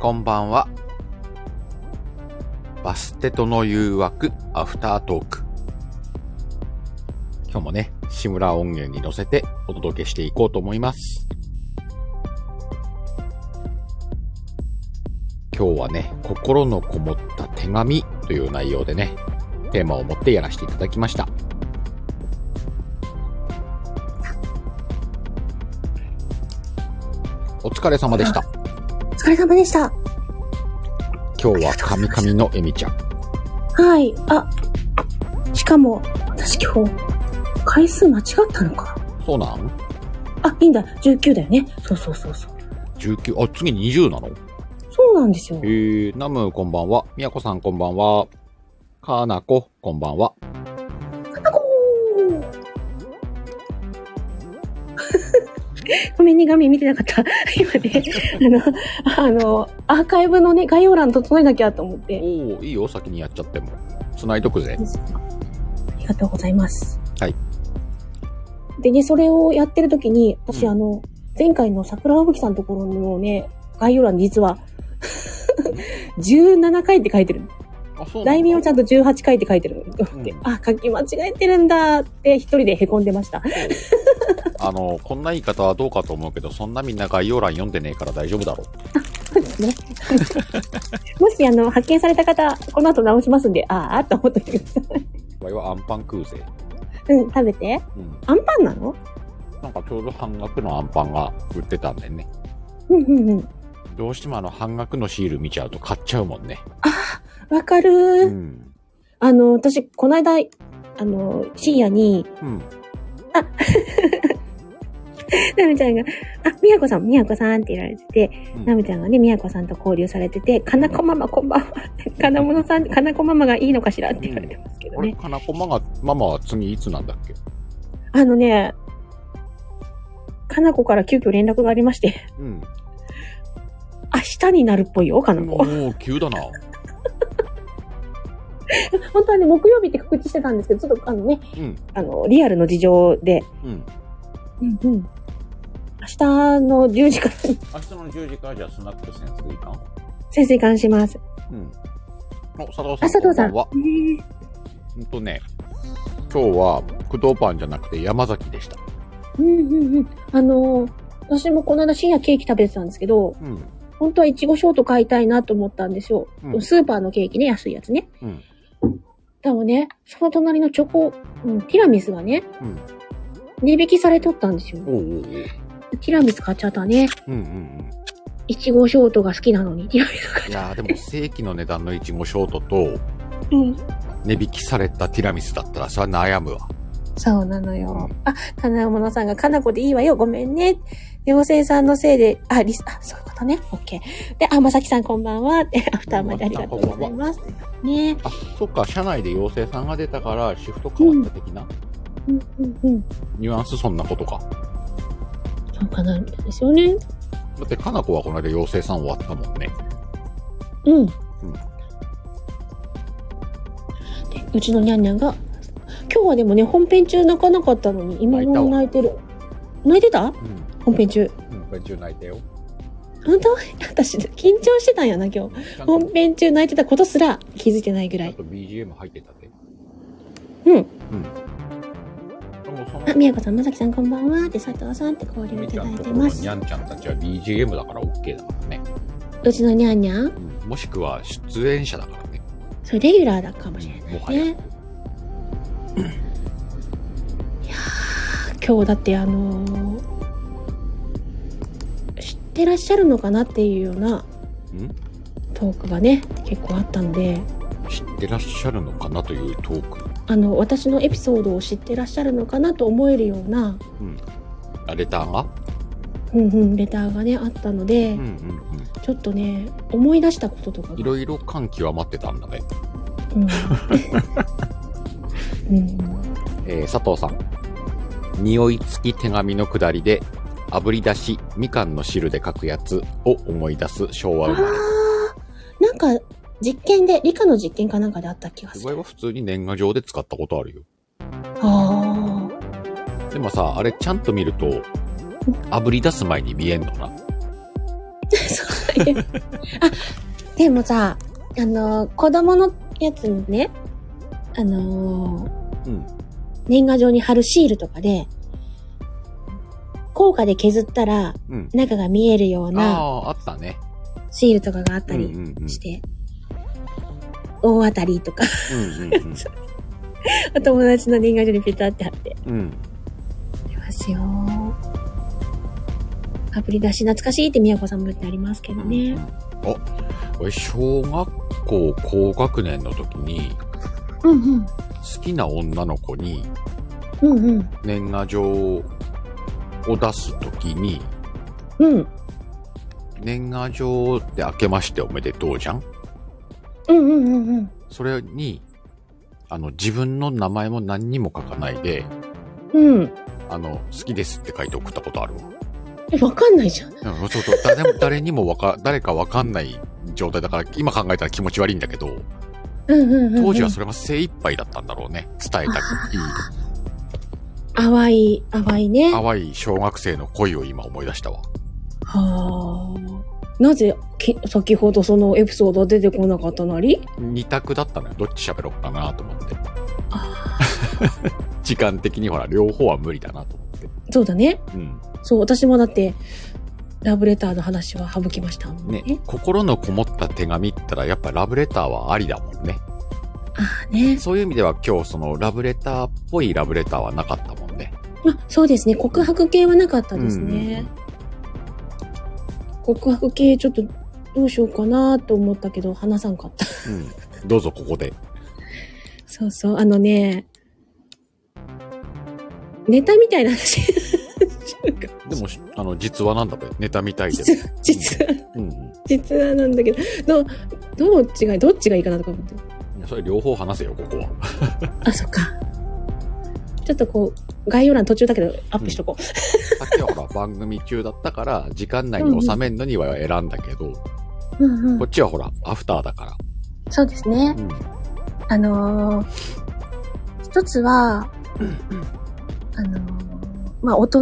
こんばんは。バステとの誘惑アフタートーク。今日もね、志村音源に乗せてお届けしていこうと思います。今日はね、心のこもった手紙という内容でね、テーマを持ってやらせていただきました。お疲れ様でした。お疲れ様でした。今日はカミカミのエミちゃん。はい。あ、しかも、私今日、回数間違ったのか。そうなんあ、いいんだ。19だよね。そうそうそうそう。 ?19、あ、次20なのそうなんですよえ。ー、ナムこんばんは。みやこさんこんばんは。かなここんばんは。あこー ごめんね、画面見てなかった。 今ね、あの、あの、アーカイブのね、概要欄整えなきゃと思って。おー、いいよ、先にやっちゃっても。繋いとくぜ。ありがとうございます。はい。でね、それをやってる時に、私、うんあの、前回の桜吹雪さんのところのね、概要欄に実は、17回 って書いてる。あ、そう題名をちゃんと。と18回って書いてるの。と思ってうんあ、書き間違えてるんだって一人で凹んでました。あの、こんな言い方はどうかと思うけど、そんなみんな概要欄読んでねえから大丈夫だろそうですね。もし、あの、発見された方、この後直しますんで、あーあーって思 っといてください。う。わいはアンパン食うぜ。うん、食べて。うん。アンパンなのなんかちょうど半額のアンパンが売ってたんでね。うんうんうん。どうしてもあの半額のシール見ちゃうと買っちゃうもんね。わかるー。うん。あの、私、この間、あの、深夜に、うん。なみちゃんが、あ、みやこさん、みやこさんって言われてて、うんなみちゃんがね、みやこさんと交流されてて、かなこママこんばんは。 かなものさん、かなこママがいいのかしらって言われてますけどあれ、ね。かなこママ、ママは次いつなんだっけあのね、かなこから急遽連絡がありまして、うん。明日になるっぽいよ、かなこ。もう急だな。本当はね、木曜日って告知してたんですけど、ちょっとあのね、うん。あの、リアルの事情で、うん。うんうん。明日の10時から明日の10時からじゃあスナック潜水艦。潜水艦します。うん。お、佐藤さあ、ん。佐藤さん。こばは。ねえうんとね、今日は工藤パンじゃなくて山崎でした。うんうんうん。あのー私もこの間深夜ケーキ食べてたんですけど、うん。本当はいちごショート買いたいなと思ったんですよ。うんスーパーのケーキね、安いやつね。うん。でもね、その隣のチョコ、うん、ティラミスがね、うん。値引きされとったんですよ。おうおうおう。ティラミス買っちゃったね。うんうんうん。いちごショートが好きなのに、ティラミス買っいちゃっやーでも正規の値段のいちごショートとた。うん。値引きされたティラミスだったらそれは悩むわ。そうなのよ。あ、金物さんが、かなこでいいわよ、ごめんね。妖精さんのせいで、あ、リス、あ、そういうことね。オッケー。で、あ、まさきさんこんばんは。で、アフターまでありがとうございます。ねあ、そっか、社内で妖精さんが出たからシフト変わった的な、うんうんうん。ニュアンスそんなことか。そうかな、ですよね。だって、かなこはこの間妖精さん終わったもんね。うん。でうちのニャンニャンが、今日はでもね、本編中泣かなかったのに、今頃泣いてる。泣いてたうん。本編中。うん、これ中泣いたよ。本当 私、緊張してたんやな、今日。ちゃんと、本編中泣いてたことすら気づいてないぐちらゃんい。と BGM 入ってたで。うんうん。でもそのあ、みやこさん、まさきさんこんばんは。で、佐藤さんって交流みいーちたゃだんいとてこのまにす。ゃんちゃんたちは BGM だから OK だからね。うちのニャンニャンうん、もしくは出演者だからね。それレギュラーだかもしれない。もはや。ね。いやー今日だってあのー、知ってらっしゃるのかなっていうようなんトークがね結構あったんで知ってらっしゃるのかなというトーク。あの私のエピソードを知ってらっしゃるのかなと思えるような、あ、レターがうんうん、レターがねあったので、うんうんうん。ちょっとね思い出したこととかいが、ろいろ感極まってたんだね。うんうん、えー佐藤さん。匂い付き手紙のくだりで、炙り出し、みかんの汁で書くやつを思い出す昭和あ生まれ。ーなんか実験で理科の実験かなんかであった気がすお前るは普通に年賀状で使ったことあるよ。ああでもさ、あれちゃんと見ると、炙り出す前に見えんのな。 そうでもさ、あのー、子供のやつにね、あのー、うん。年賀状に貼るシールとかで、効果で削ったらうん。中が見えるようあなあ、あったね。シールとかがあっうたんうりんうん。して、大当たりとか、 うんうんお友達の年賀状にペタって貼って。うん。うん。ありますよ。アプリ出し懐かしいって宮子さんも言ってありますけどね。あ、俺、小学校高学年の時に、うん好きな女の子にうん。うんうん。年賀状を出す時に、うん。年賀状って明けましておめでとうじゃんうんうんうんうん。それに、あの、自分の名前も何にも書かないで、うん。あの、好きですって書いて送ったことあるわ。え、わかんないじゃん。うん、そうそう、誰も、誰にもわか、誰かわかんない状態だから、今考えたら気持ち悪いんだけど、うんうんうん、うん。当時はそれが精一杯だったんだろうね。伝えたいい、淡い、淡いね。は淡い小学生の恋を今思い出したわ。あ。なぜ、き、先ほどそのエピソードは出てこなかったなり二択だったのよ。どっち喋ろうかなと思って。あ 時間的にほら、両方は無理だなと思って。あ。そうだね。うん。そう、私もだって、ラブレターの話は省きましたもんね。ね、心のこもった手紙って言ったら、やっぱラブレターはありだもんね。ああね。そういう意味では今日そのラブレターっぽいラブレターはなかったもんね。まあ、そうですね。告白系はなかったですね。告白系ちょっとどうしようかなと思ったけど、話さんかった。 うんうん。うん。どうぞここで。そうそう、あのね、ネタみたいな話。 でも、あの、実話なんだべ。ネタみたいで。実は、実は、うんうん。実はなんだけど、ど、どっちが、どっちがいいかなとか思って。いやそれ両方話せよ、ここは。あ、そっか。ちょっとこう、概要欄途中だけどアップしとこう。さっきはほら、番組中だったから、時間内に収めんのには選んだけど、うんうこんっ。ちはほら、アフターだかそうですねら。。うん。あのー、一つは、あのー、まあ、大人、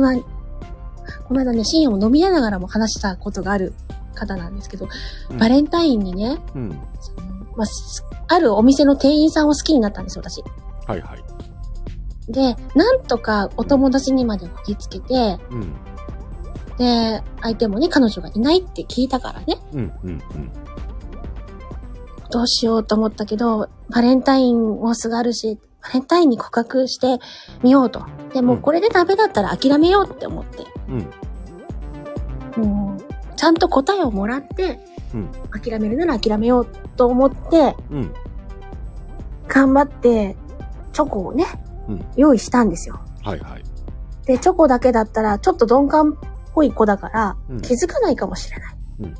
この間ね、深夜も飲みながらも話したことがある方なんですけど、うんバレンタインにね、うん。そのまあ、すあるお店の店員さんを好きになったんですよ、私。はいはい。で、なんとかお友達にまでこぎつけて、うん。で、相手もね、彼女がいないって聞いたからね、うんうんどうしようと思ったけど、バレンタインもうすぐあるし、バレンタインに告白してみようと。でもううんこれでダメだったら諦めようって思って、うん。うん。もうちゃんと答えをもらって、うん諦めるなら諦めようと思って、うん。頑張ってチョコをね、うん用意したんですよ。はいはい。で、チョコだけだったら、ちょっと鈍感っぽい子だからうん、気づかないかもしれない。うん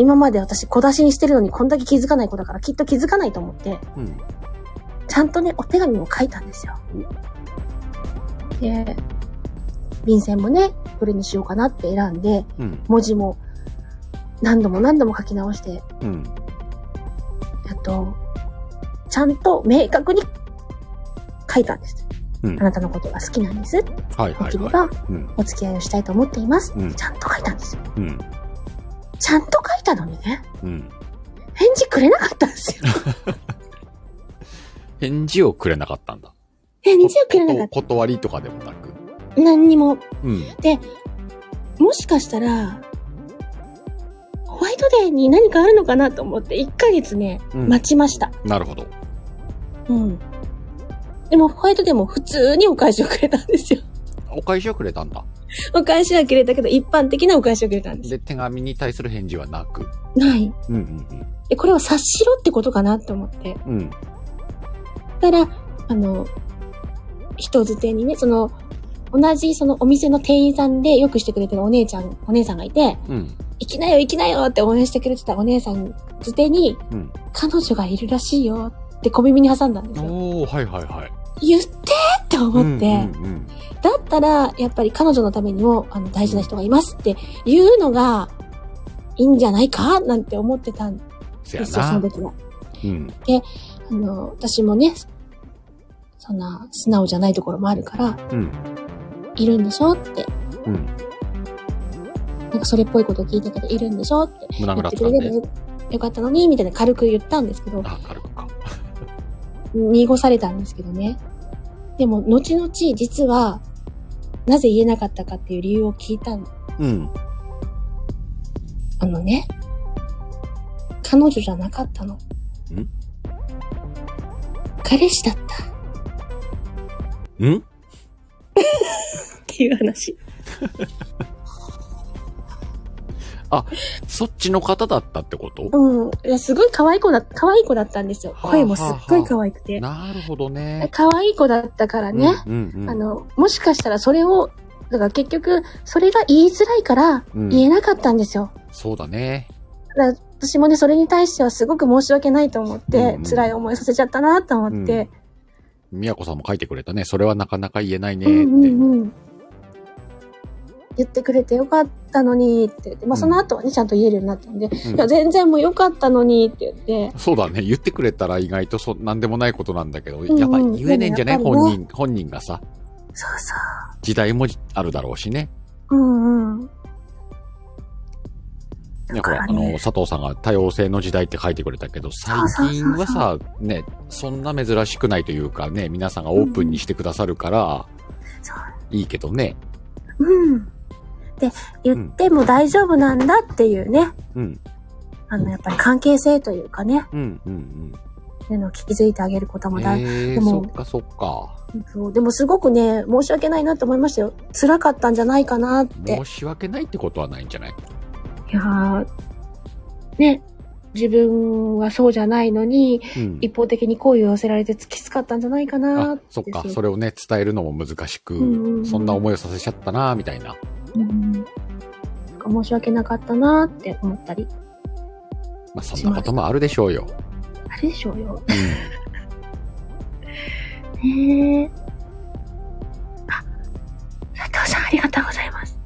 今まで私小出しにしてるのにこんだけ気づかない子だからきっと気づかないと思って、うん。ちゃんとね、お手紙も書いたんですよ。で、便箋もね、どれにしようかなって選んで、うん。文字も何度も何度も書き直して、うん。あと、ちゃんと明確に書いたんです。うんあなたのことが好きなんです。ではいはいきれはばい。うん。お付き合いをしたいと思っています。うんちゃんと書いたんですよ。うん。ちゃんと書いたのにね、うん。返事くれなかったんですよ。返事をくれなかったんだ。返事をくれなかっこ断りとかでもなく。た。何にも。うん。もしかしたら、ホワイトデーに何かあるのかなと思って、1ヶ月ね、うん待ちました。なるほど。うん。でも、ホワイトデーも普通にお返しをくれたんですよ。 お返しをくれたんだ。お返しはくれたけど、一般的なお返しをくれたんです。で、手紙に対する返事はなく。ない。うんうんえ、これは察しろってことかなと思って。うん。うん。たら、あの、人づてにね、その、同じそのお店の店員さんでよくしてくれてるお姉ちゃん、お姉さんがいて、うん。行きなよ行きなよって応援してくれてたお姉さんづてに、うん彼女がいるらしいよって小耳に挟んだんですよ。おー、はいはいはい。言ってって思っうんうて、んだったら、やっぱり彼女のためにも、あの、大事な人がいますっていうのが、いいんじゃないかなんて思ってたんでうん。すせよ、やそのな。時は。うん。あの、私もね、そんな素直じゃないところもあるから、うん。いるんでしょってうん。なんかそれっぽいこと聞いたけどいるんでしょって胸ぐ言らってつくかれんればで。よよかったのに、みたいな軽く言ったんですけど、あ、軽くか。濁されたんですけどね。でも、後々、実は、なぜ言えなかったかっていう理由を聞いたんうん。あのね、彼女じゃなかったの。ん彼氏だったっんていう話。そっちの方だったってことうん。いや、すごい可愛い子だ、可愛い子だったんですよ。はあ声もすっごい可愛くて。なるほどね。可愛い子だったからね、うんうんうん、あの、もしかしたらそれを、だから結局、それが言いづらいからうん言えなかったんですよ。そうだね。だから私もね、それに対してはすごく申し訳ないと思って、うんうん辛い思いさせちゃったなと思って、みやこさんも書いてくれたね。それはなかなか言えないねっうて。んうんうん言ってくれてよかったのにって言って、まあ、うんその後はね、ちゃんと言えるようになったんで、うんいや、全然もうよかったのにって言って、そうだね。言ってくれたら意外とそ、なんでもないことなんだけど、んうんやっぱ言えねえんじゃない、でもやっぱ本り人、本人がさ、そうそ時代もあるだろうしね。う。うんうん。ね、だほ、かららあの、ね、佐藤さんが多様性の時代って書いてくれたけど、最近はさ、ね、そんな珍しくないというかね、皆さんがオープンにしてくださるから、そいいけどね。う。うん。で、言っても大丈夫なんだっていうね、うん、あの、やっぱり関係性というかね、うん、うん、うん。そういうのを気づいてあげることも大事、えでー、そもっかそっか。そうでもすごくね、申し訳ないなと思いましたよ。辛かったんじゃないかなって。申し訳ないってことはないんじゃないいやーね、自分はそうじゃないのに、うん。一方的に好意を寄せられてきつかったんじゃないかなあって、そっか。それをね、伝えるのも難しく、うんうんうんそんな思いをさせちゃったな、みたいな。うんなんか申し訳なかったなって思ったり。まあ、そんなこともあるでしょうよ。あれでしょうよ。うんねえ。あ、佐藤さんありがとうございます。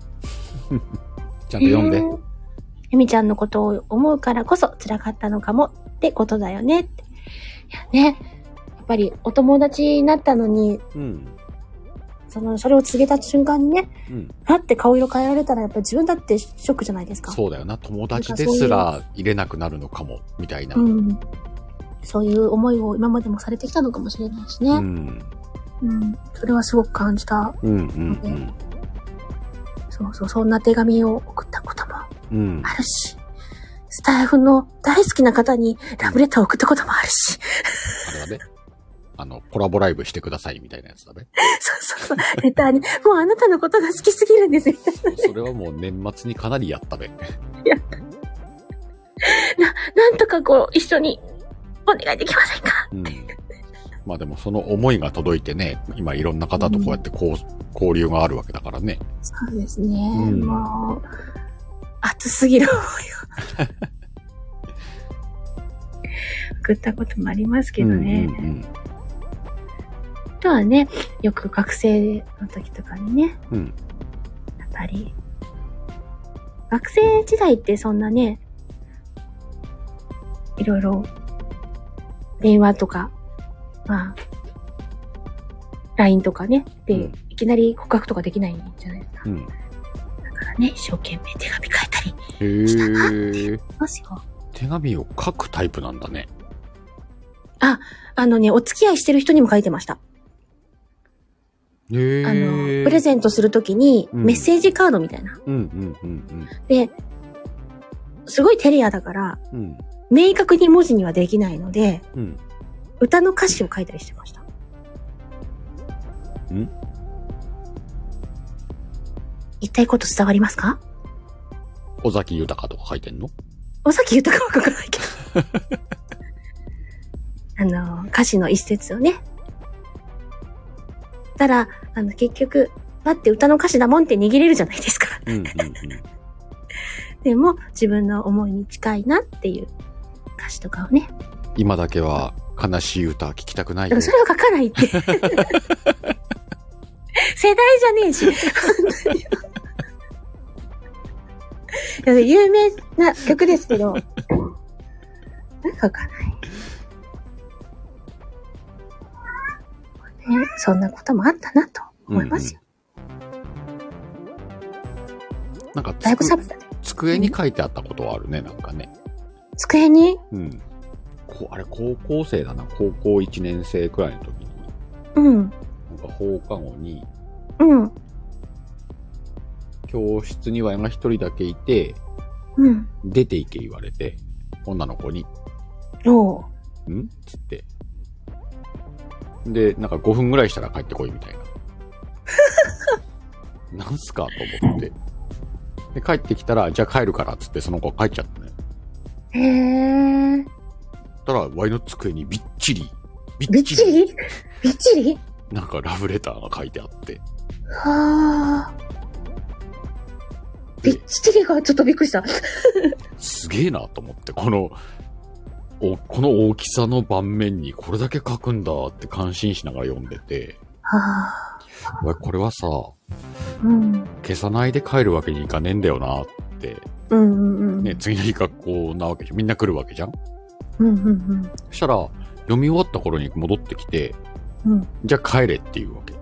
ちゃんと読んで。ねえゆみちゃんのことを思うからこそ辛かったのかもってことだよねって。いやね、やっぱりお友達になったのに、うん。その、それを告げた瞬間にね、うん。あって顔色変えられたらやっぱり自分だってショックじゃないですか。そうだよな。友達ですら入れなくなるのかも、みたいな。うん。そういう思いを今までもされてきたのかもしれないしうね。ん。うん。それはすごく感じた。うん。うん。そうそう、そんな手紙を送ったこともうん。あるし、スタッフの大好きな方にラブレターを送ったこともあるし、あれはね。あの、コラボライブしてください、みたいなやつだね。そうそうそう、レターに、もうあなたのことが好きすぎるんです、みたいそれはもう年末にかなりやったべ。な。なんとかこう、一緒にお願いできませんかうん。まあでもその思いが届いてね、今いろんな方とこうやってこう、交流があるわけだからね。そうですね、うんもう、熱すぎる 思いを。送ったこともありますけどね。うんあとはね、よく学生の時とかにね、うん。うん。やっぱり、学生時代ってそんなね、いろいろ、電話とか、まあ、LINE とかね、で、うんいきなり告白とかできないんじゃないですか。うん。だからね、一生懸命手紙書いたりへー。しますよ。手紙を書くタイプなんだね。あのね、お付き合いしてる人にも書いてました。へー。あの、プレゼントするときに、うんメッセージカードみたいな。うんうんうんで、すごいテレアだから、うん。うん。明確に文字にはできないので、うん。歌の歌詞を書いたりしてました。ん言いたいこと伝わりますか尾崎豊とか書いてんの尾崎豊は書かないけど。あの、歌詞の一節をね。たら、あの、結局、だって歌の歌詞だもんって握れるじゃないですか。うん うんうん。でも、自分の思いに近いなっていう歌詞とかをね。今だけは悲しい歌聞きたくないだかよらそれは書かないって。世代じゃねえし。本当に有名な曲ですけど、なんか書かない。ね、そんなこともあったなと思いますよ。なんかだいぶつサくブだね。机に書いてあったことはあるね、なんかね。机にうん。こあれ、高校生だな。高校1年生くらいの時に、うん。なんか放課後に、うん。教室には今一人だけいて、うん。出て行け言われて、女の子に、おう。んつって。で、なんか5分ぐらいしたら帰ってこいみたいな。なんすかと思って。で、帰ってきたら、じゃあ帰るからっつってその子帰っちゃったね。へえ。たら、ワイの机にびっちり、びびっちりびっちりなんかラブレターが書いてあって。はあ。びっちりがちょっとびっくりした。すげえなと思って、この、おこの大きさの盤面にこれだけ書くんだって感心しながら読んでて、はあ。おいこれはさ、うん。消さないで帰るわけにいかねえんだよなって、うんうんうん。ね、次の日学校なわけじゃん。みんな来るわけじゃん。うんうんそしたら、読み終わった頃に戻ってきて、うん。うん。じゃあ帰れっていうわけ。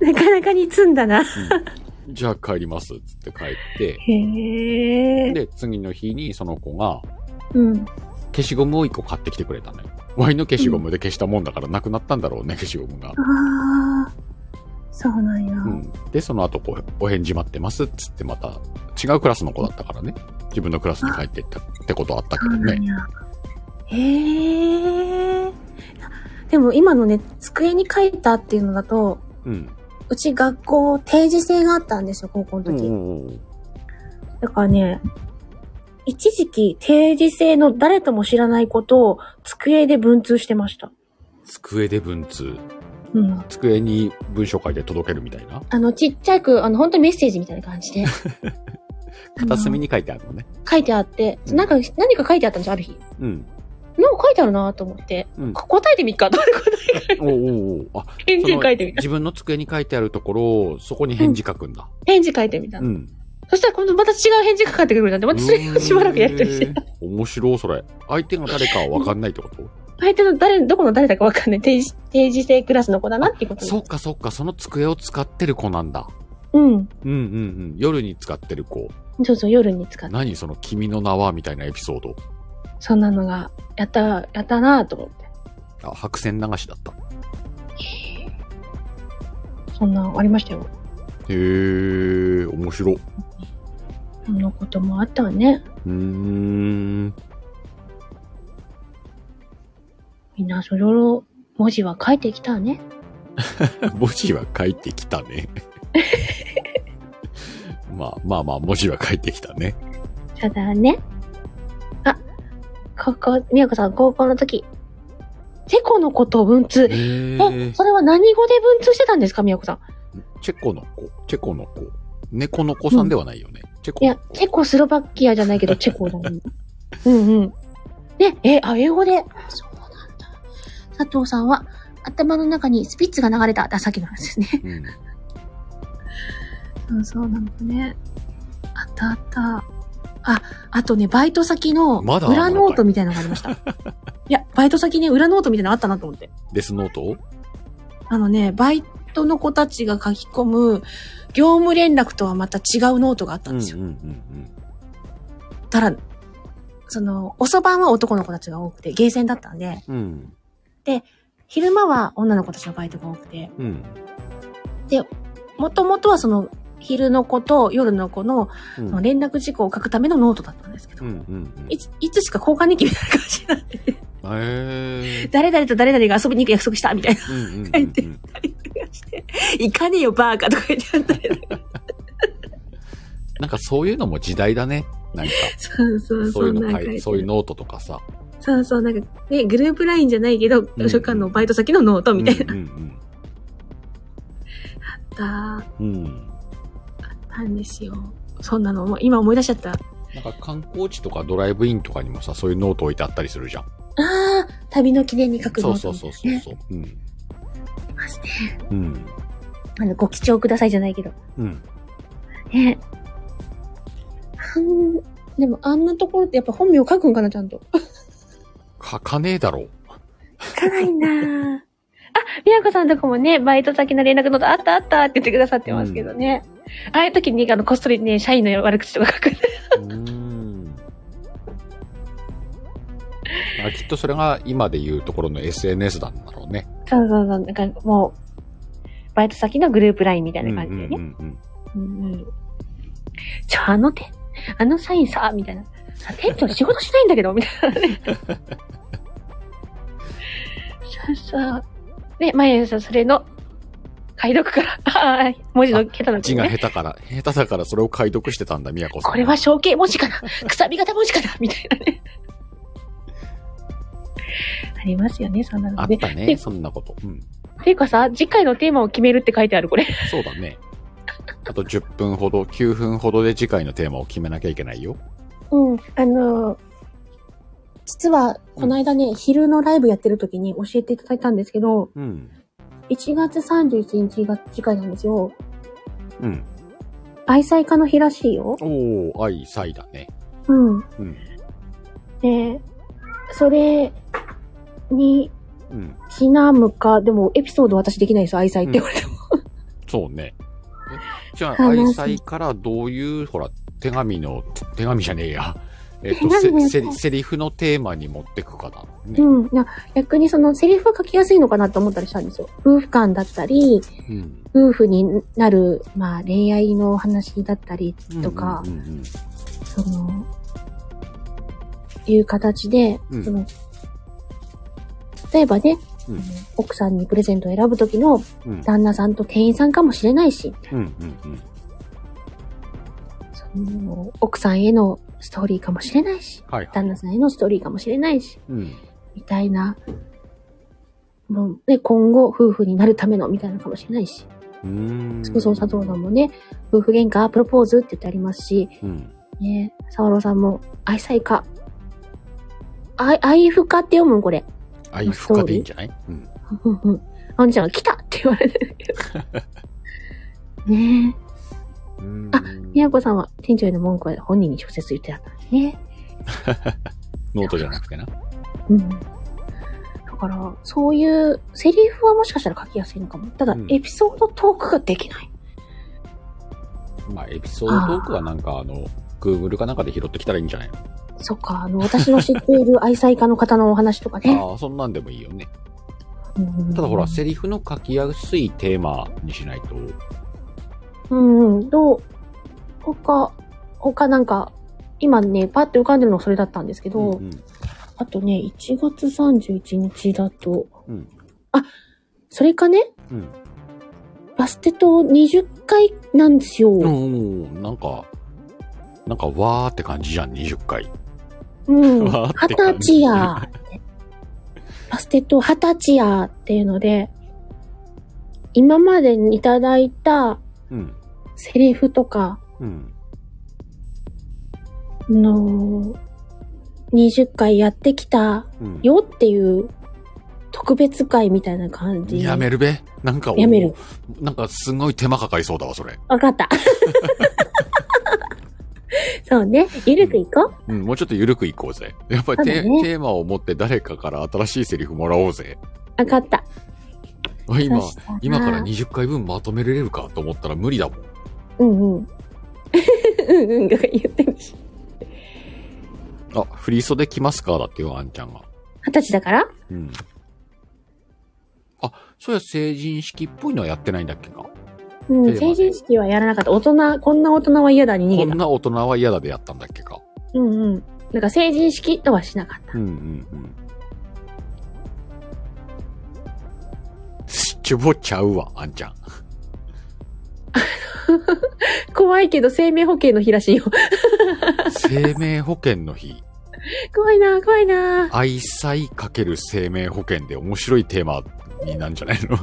なかなかに積んだな。 じゃあ帰りますっつって帰って、へえ。で、次の日にその子がうん。消しゴムを一個買ってきてくれたのよ。ワインの消しゴムで消したもんだからなくなったんだろうね、消しゴムが。ああ。そうなんや。うん、で、その後こう、お返事待ってますっつってまた、違うクラスの子だったからね。自分のクラスに帰っていったってことあったけそどうなんね。や。へえ。でも今のね、机に書いたっていうのだと、うん。うち学校定時制があったんですよ、高校の時。だからね、一時期定時制の誰とも知らないことを机で文通してました。机で文通。うん。机に文章書いて届けるみたいな。あの、ちっちゃく、あの、本当にメッセージみたいな感じで。 片隅に書いてあるのね。あの書いてあって、なんか、何か書いてあったんですよ、ある日。うん。なんか書いてあるなと思って、うんこ答えてみっか、どういうことおうおうおうあ、返事書いてみた。自分の机に書いてあるところを、そこに返事書くんだ。返事書いてみた。うん。そしたら今度また違う返事がかかってくるなんで、またそれをしばらくやりとり して。へー面白い、それ。相手が誰かは分かんないってこと相手の誰、どこの誰だかわかんない。定時、定時制クラスの子だなっていうことそっかそっか、その机を使ってる子なんだ。うん。うんうんうん。夜に使ってる子。そうそう、夜に使って。何その君の名はみたいなエピソード。そんなのが、やった、やったなぁと思って。あ、白線流しだった。そんなんありましたよ。へえ、面白。うそんなこともあったわね。ーん。みんなそろそろ文字は書いてきたわね。 文字は書いてきたね。 まあまあまあ、文字は書いてきたね。ただね。あ、高校、みやこさん高校の時、チェコのことを文通。へえ。え、それは何語で文通してたんですか、みやこさん。チェコの子、チェコの子。猫の子さんではないよね。チェいコのや、チェコスロバキアじゃないけ ど、チェコだもん。うんうん。ね、え、あ、英語で。そうなんだ。佐藤さんは、頭の中にスピッツが流れた。あ、さっきの話ですね。うん。 うん、そうなんだね。あったあった。あ、あとね、バイト先の、まだあんのか裏いノートみたいなのがあり ました。いや、バイト先ね、裏ノートみたいなのあったなと思って。デスノートあのね、バイトの子たちが書き込む、業務連絡とはまた違うノートがあったんですよ。んたら、その、おそばんは男の子たちが多くて、ゲーセンだったんで、うん。うん。昼間は女の子たちのバイトが多くて、うん。もともとはその、昼の子と夜の子のうそんの。連絡事項を書くためのノートだったんですけど、うんうん。いつ、いつしか交換日記みたいな感じになって、 え。誰々と誰々が遊びに行く約束したみたいなうんうんうんうん書いてりとか して、行かねえよバーカとか言ってあったりとか、なんかそういうのも時代だね。なんか。そうそう そういそ、ううのなん書かい書いてそういうノートとかさ。そうそう、なんかね、グループラインじゃないけど、図書館のバイト先のノートみたいな。うんあっうんうん。うん。たんですよ。そんなのも、今思い出しちゃった。なんか観光地とかドライブインとかにもさ、そういうノート置いてあったりするじゃん。ああ、旅の記念に書くそノうートそうみたそいうなそうね。そう。うん。ありますね。うん。あの、ご記帳くださいじゃないけど。うん。ね。あん、でもあんなところってやっぱ本名書くんかな、ちゃんと。書かねえだろう。 書かないんだ。みやこさんとこもね、バイト先の連絡のとあったあったって言ってくださってますけどね。ああいう時に、あの、こっそりね、社員の悪口とか書く。うん。あきっとそれが今で言うところの SNS なんだろうね。そうそうそう。なんかもう、バイト先のグループラインみたいな感じでうんうね。んうんうんうんうん。ちょ、あの店、あの社員さ、みたいな。さ店長仕事しないんだけど、みたい なね。そうそう。で、毎朝それの、解読から、ああ、文字の桁の字がね下手から、下手だからそれを解読してたんだ、みやこさん。これは象形文字かなくさび型文字かなみたいな ね。ありますよね、そんなあのっね。たね、そんなこと。うん。ていうかさ、次回のテーマを決めるって書いてある、これ。 そうだね。あと10分ほど、9分ほどで次回のテーマを決めなきゃいけないよ。うん、あの、実は、この間ね、昼のライブやってる時に教えていただいたんですけど、うん。 1月31日が次回なんですよ。うん。愛妻家の日らしいよ。おー、愛妻だね。うん。うん。で、それにうん。ちなむか、でもエピソード私できないですよ、愛妻って言われても。そうね。えじゃあ、あ愛の妻からどういう、ほら、手紙の、て手紙じゃねえや。えっと、手紙せねせセリフのテーマに持ってくかだね。うん。いや逆にそのセリフが書きやすいのかなと思ったりしたんですよ。夫婦間だったり、うん。夫婦になる、まあ恋愛の話だったりとか、うんうんその、いう形で、うんその例えばね、うんあの奥さんにプレゼントを選ぶときのうん。うん旦那さんと店員さんかもしれないし、うんうんうん。その奥さんへのストーリーかもしれないし、はいはい。旦那さんへのストーリーかもしれないし、うん。みたいな、もうね、今後夫婦になるためのみたいなのかもしれないし、うーん。そうそう佐藤さんもね、夫婦喧嘩、プロポーズって言ってありますし、うん。ね、沢朗さんも愛妻家。愛、愛深って読むんこれ。愛深でいいんじゃないうん。うんうん。あんちゃんが来たって言われてる けど。ねあえ。みやこさんは店長への文句は本人に直接言ってあったんですね。ノートじゃなくてな。うん。だから、そういう、セリフはもしかしたら書きやすいのかも。ただ、うんエピソードトークができない。まあ、エピソードトークはなんか、あの、Google かなんかで拾ってきたらいいんじゃないそっか、あの、私の知っている 愛妻家の方のお話とかね。のああ、そんなんでもいいよね。うんただほら、セリフの書きやすいテーマにしないと。うんうん、どう、他、他なんか、今ね、パッて浮かんでるのがそれだったんですけど、んんあとね、1月31日だと、うんそれかね、うん。バステと20回なんですよ。ううん。ん、うん、なんか、なんか、わーって感じじゃん、20回。わーっ二て十感じ歳やーって。バステと二十歳やーっていうので、今までにいただいたうん。セリフとかうん。の、20回やってきたうん。よっていう特別会みたいな感じ。やめるべなんか、やめる。なんか、すごい手間かかりそうだわ、それ。わかった。そうね。ゆるくいこうん、もうちょっとゆるくいこうぜ。やっぱりテ,、そうだねテーマを持って誰かから新しいセリフもらおうぜ。う。わかった。あ今そ、したら今から20回分まとめれるかと思ったら無理だもん。うん うん。うんうんが言ってみし。あ、振り袖来ますかだってよ、あんちゃんが。二十歳だからうん。あ、そうや、成人式っぽいのはやってないんだっけか。うテーマん。ね成人式はやらなかった。大人、こんな大人は嫌だにこ逃げんた。な大人は嫌だでやったんだっけか。うんうん。なんか成人式とはしなかった。うんうんうん。チュボちゃうわ、あんち ゃん。怖いけど生命保険の日らしいよ。 生命保険の日。怖いな怖いな愛妻かける生命保険で面白いテーマになんじゃないの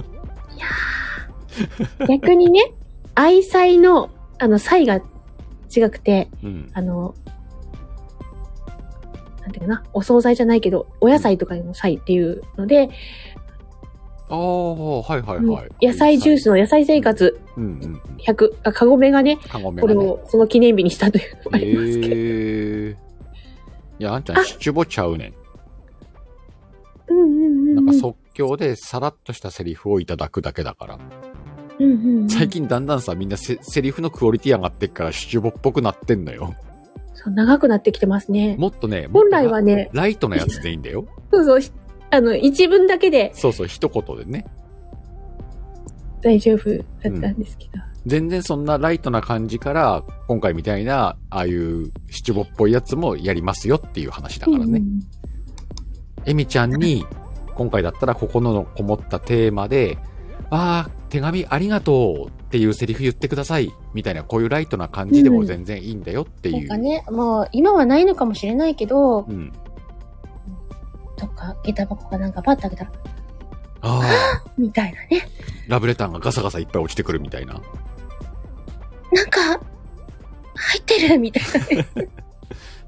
逆に ね、愛妻の、あの、妻が違くて、うん。あの、なんていうかな、お惣菜じゃないけど、お野菜とかの菜っていうので、ああ、はいはいはい。野菜ジュースの野菜生活うんうんうん。 100、あ、カゴメがね、カゴメこがれね。をその記念日にしたというのがありますけど。へえ。いや、あんちゃん、あシチュボちゃうねん。うんうんうんう。なんんかそっ興でさらっとしたセリフをいただくだけだから。うんうんうん。最近だんだんさ、みんなセセリフのクオリティ上がってっから、シチュボっぽくなってんのよ。そう、長くなってきてますね。もっとね、本来はねもっとライトなやつでいいんだよ。そうそう、ひあの、一文だけでそうそう、一言でね。大丈夫だったんですけど。全然そんなライトな感じから、今回みたいな、ああいうシチュボっぽいやつもやりますよっていう話だからうんうね。んエミちゃんに、今回だったらここのこもったテーマで、ああ、手紙ありがとうっていうセリフ言ってください。みたいな、こういうライトな感じでも全然いいんだよってないんう。かね、もう今はないのかもしれないけど、うん。どっか下駄箱かなんかパッと開けたら、ああ、みたいなね。ラブレターがガサガサいっぱい落ちてくるみたいな。なんか、入ってるみたいな ね。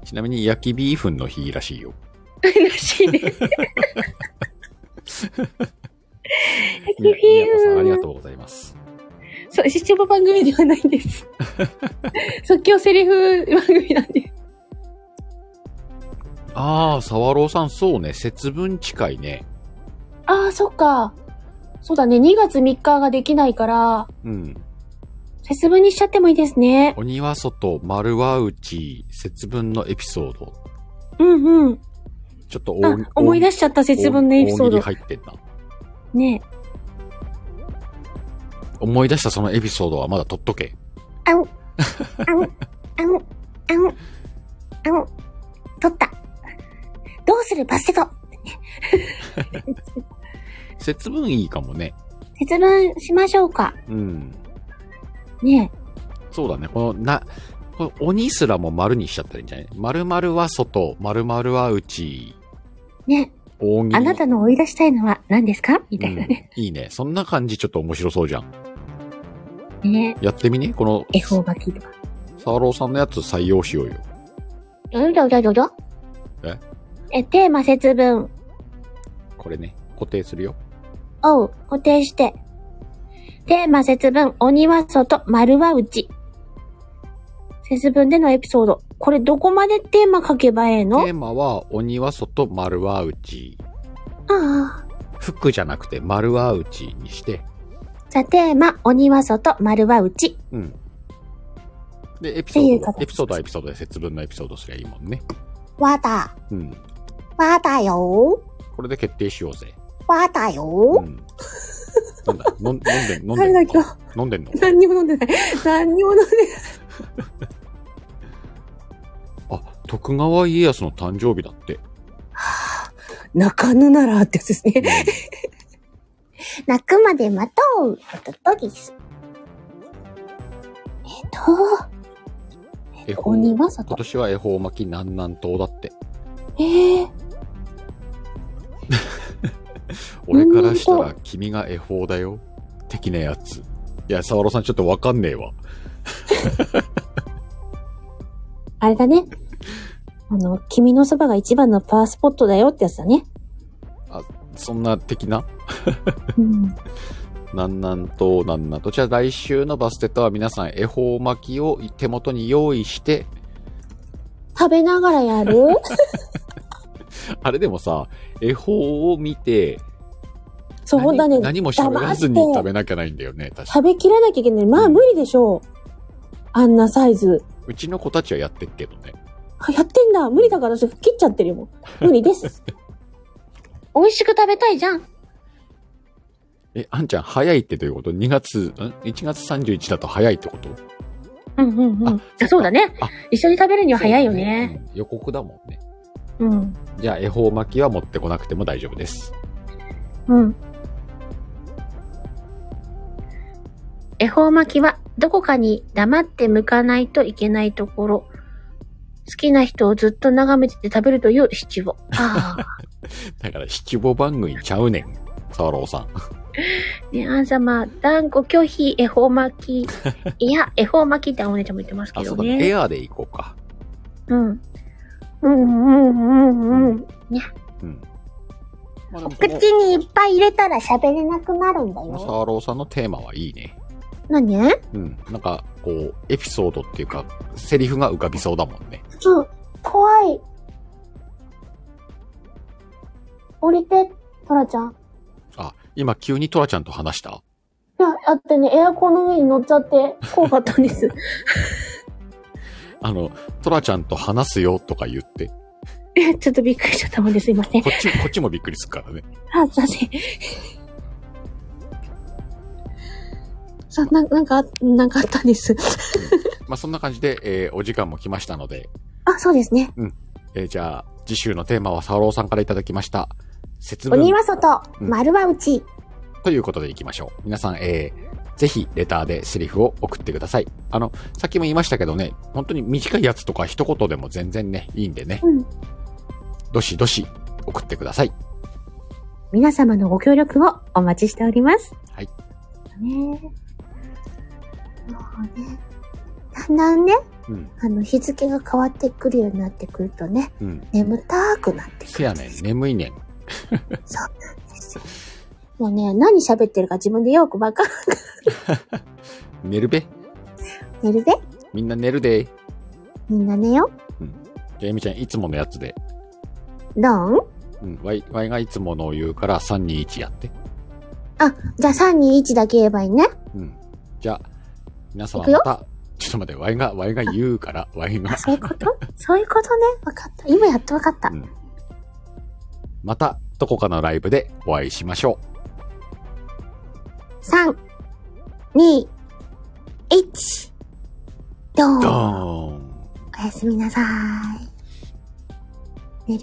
ちなみに焼きビーフンの日らしいよ。らしいね。焼きビーフンさんありがとうございます。そう、シチュボ番組ではない んです。即興セリフ番組なんで。ああ、沢朗さん、そうね、節分近いね。ああ、そっか。そうだね、2月3日ができないから、うん。節分にしちゃってもいいですね。鬼は外、丸は内、節分のエピソード。うんうん。ちょっとあ大、思い出しちゃった節分のエピソー大ド。喜利入ってんな。ね思い出したそのエピソードはまだ取っとけ。あう、あう、あう、あう、あう、取った。どうするバステト節分いいかもね。節分しましょうか。うん。ねそうだね。この、な、この鬼すらも丸にしちゃったらいいんじゃない丸々は外、丸々は内、え、ね大喜利。え、あなたの追い出したいのは何ですかみたいなね。うんいいね。そんな感じちょっと面白そうじゃん。ねやってみね。この、え、恵方巻きとか。沢朗さんのやつ採用しようよ。どどどどどええ、テーマ節分これね。固定するよ。を固定して。テーマ節分、鬼は外、丸は内。節分でのエピソード。これどこまでテーマ書けばえテえのあーマは、鬼は外、丸は内。あ。服じゃなくて、丸は内にして。じゃあテーマ、鬼は外、丸は内。うん。で、エピソードは、っていう形エピソードはエピソードで節分のエピソードすりゃいいもんね。わだ、うん。わだよこれで決定しようぜ。わだうよん。なんだ、飲ん飲んでん、飲んで誰んだの今か日飲んでんの何にも飲んでない。何にも飲んでない。あ、徳川家康の誕生日だって。泣かぬならってやつですね。 泣くまで待とうおととです。えっと、恵方鬼今は外。年は恵方巻き南南東だって。ええ俺からしたら君が恵方だよ。的なやつ。いや、沢朗さんちょっとわかんねえわ。あれだね。あの、君のそばが一番のパワースポットだよってやつだね。そんな的なうん。なんなんと、なんなんと。じゃあ来週のバステットは皆さん、恵方巻きを手元に用意して、食べながらや るあれでもさ、恵方を見て、そうだね。何何も喋らずに黙って食べなきゃないんだよね。確か食べきらなきゃいけない。まあ無理でしょう。あんなサイズ。うちの子たちはやってっけどね。あやってんだ。無理だから私切っちゃってる よ。無理です。美味しく食べたいじゃん。え、あんちゃん、早いってどういうこと ?2 月、ん ?1 月31だと早いってことうんうんうん。あそうだねあ。一緒に食べるには早いよそうね。だうん予告だもんね。うん。じゃあ、恵方巻きは持ってこなくても大丈夫です。 うん。恵方巻きはどこかに黙って向かないといけないところ。好きな人をずっと眺めてて食べるというシチューを。ああ。だから、七五番組ちゃうねん。沢朗さん。ね、あん様、断固拒否、恵方巻き。いや、恵方巻きってあお姉ちゃんも言ってますけあ、そどうだね。ね。エアーで行こうか。うん。うんうんうんうん。うん。まあ、でもこ口の、にいっぱい入れたら喋れなくなるんだこのよ。沢朗さんのテーマはいいね。何うん。なんか、こう、エピソードっていうか、セリフが浮かびそうだもんね。そう、怖い。降りて、トラちゃん。今急にトラちゃんと話したいや、あってね、エアコンの上に乗っちゃって、怖かったんです。あの、トラちゃんと話すよとか言って、 え、ちょっとびっくりしちゃったもんですいません。こっち、こっちもびっくりするからね。あ、すいません。さ、な、なんか、なんかあったんです。まあそんな感じで、えーお時間も来ましたので、あ、そうですね。えーじゃあ、次週のテーマはサローさんからいただきました。節分鬼は外、うん丸は内。ということでいきましょう。皆さん、えー、ぜひレターでセリフを送ってください。あの、さっきも言いましたけどね、本当に短いやつとか一言でも全然ね、いいんでね。うんどしどし送ってください。皆様のご協力をお待ちしております。はい。ねえもうね、だんだんね、うん、あの、日付が変わってくるようになってくるとね、うん。眠たーくなってくる。せやねん、眠いねん。もうね、何喋ってるか自分でよくわかん寝るべ寝るぜ。みんな寝るで。じみんな寝よゃあ、エミちゃん、いつものやつで。う。どんうん、ワイ、ワイがいつものを言うから、3、2、1やって。じゃあ3、2、1だけ言えばいいね。うん。じゃあ、皆様いくよまた、ちょっと待って、ワイが、ワイが言うから、ワイがあ、。そういうことそういうことね。わかった。今やっとわかった。うんまた、どこかのライブでお会いしましょ3、2、1。どう。んドーン。おやすみなさーい。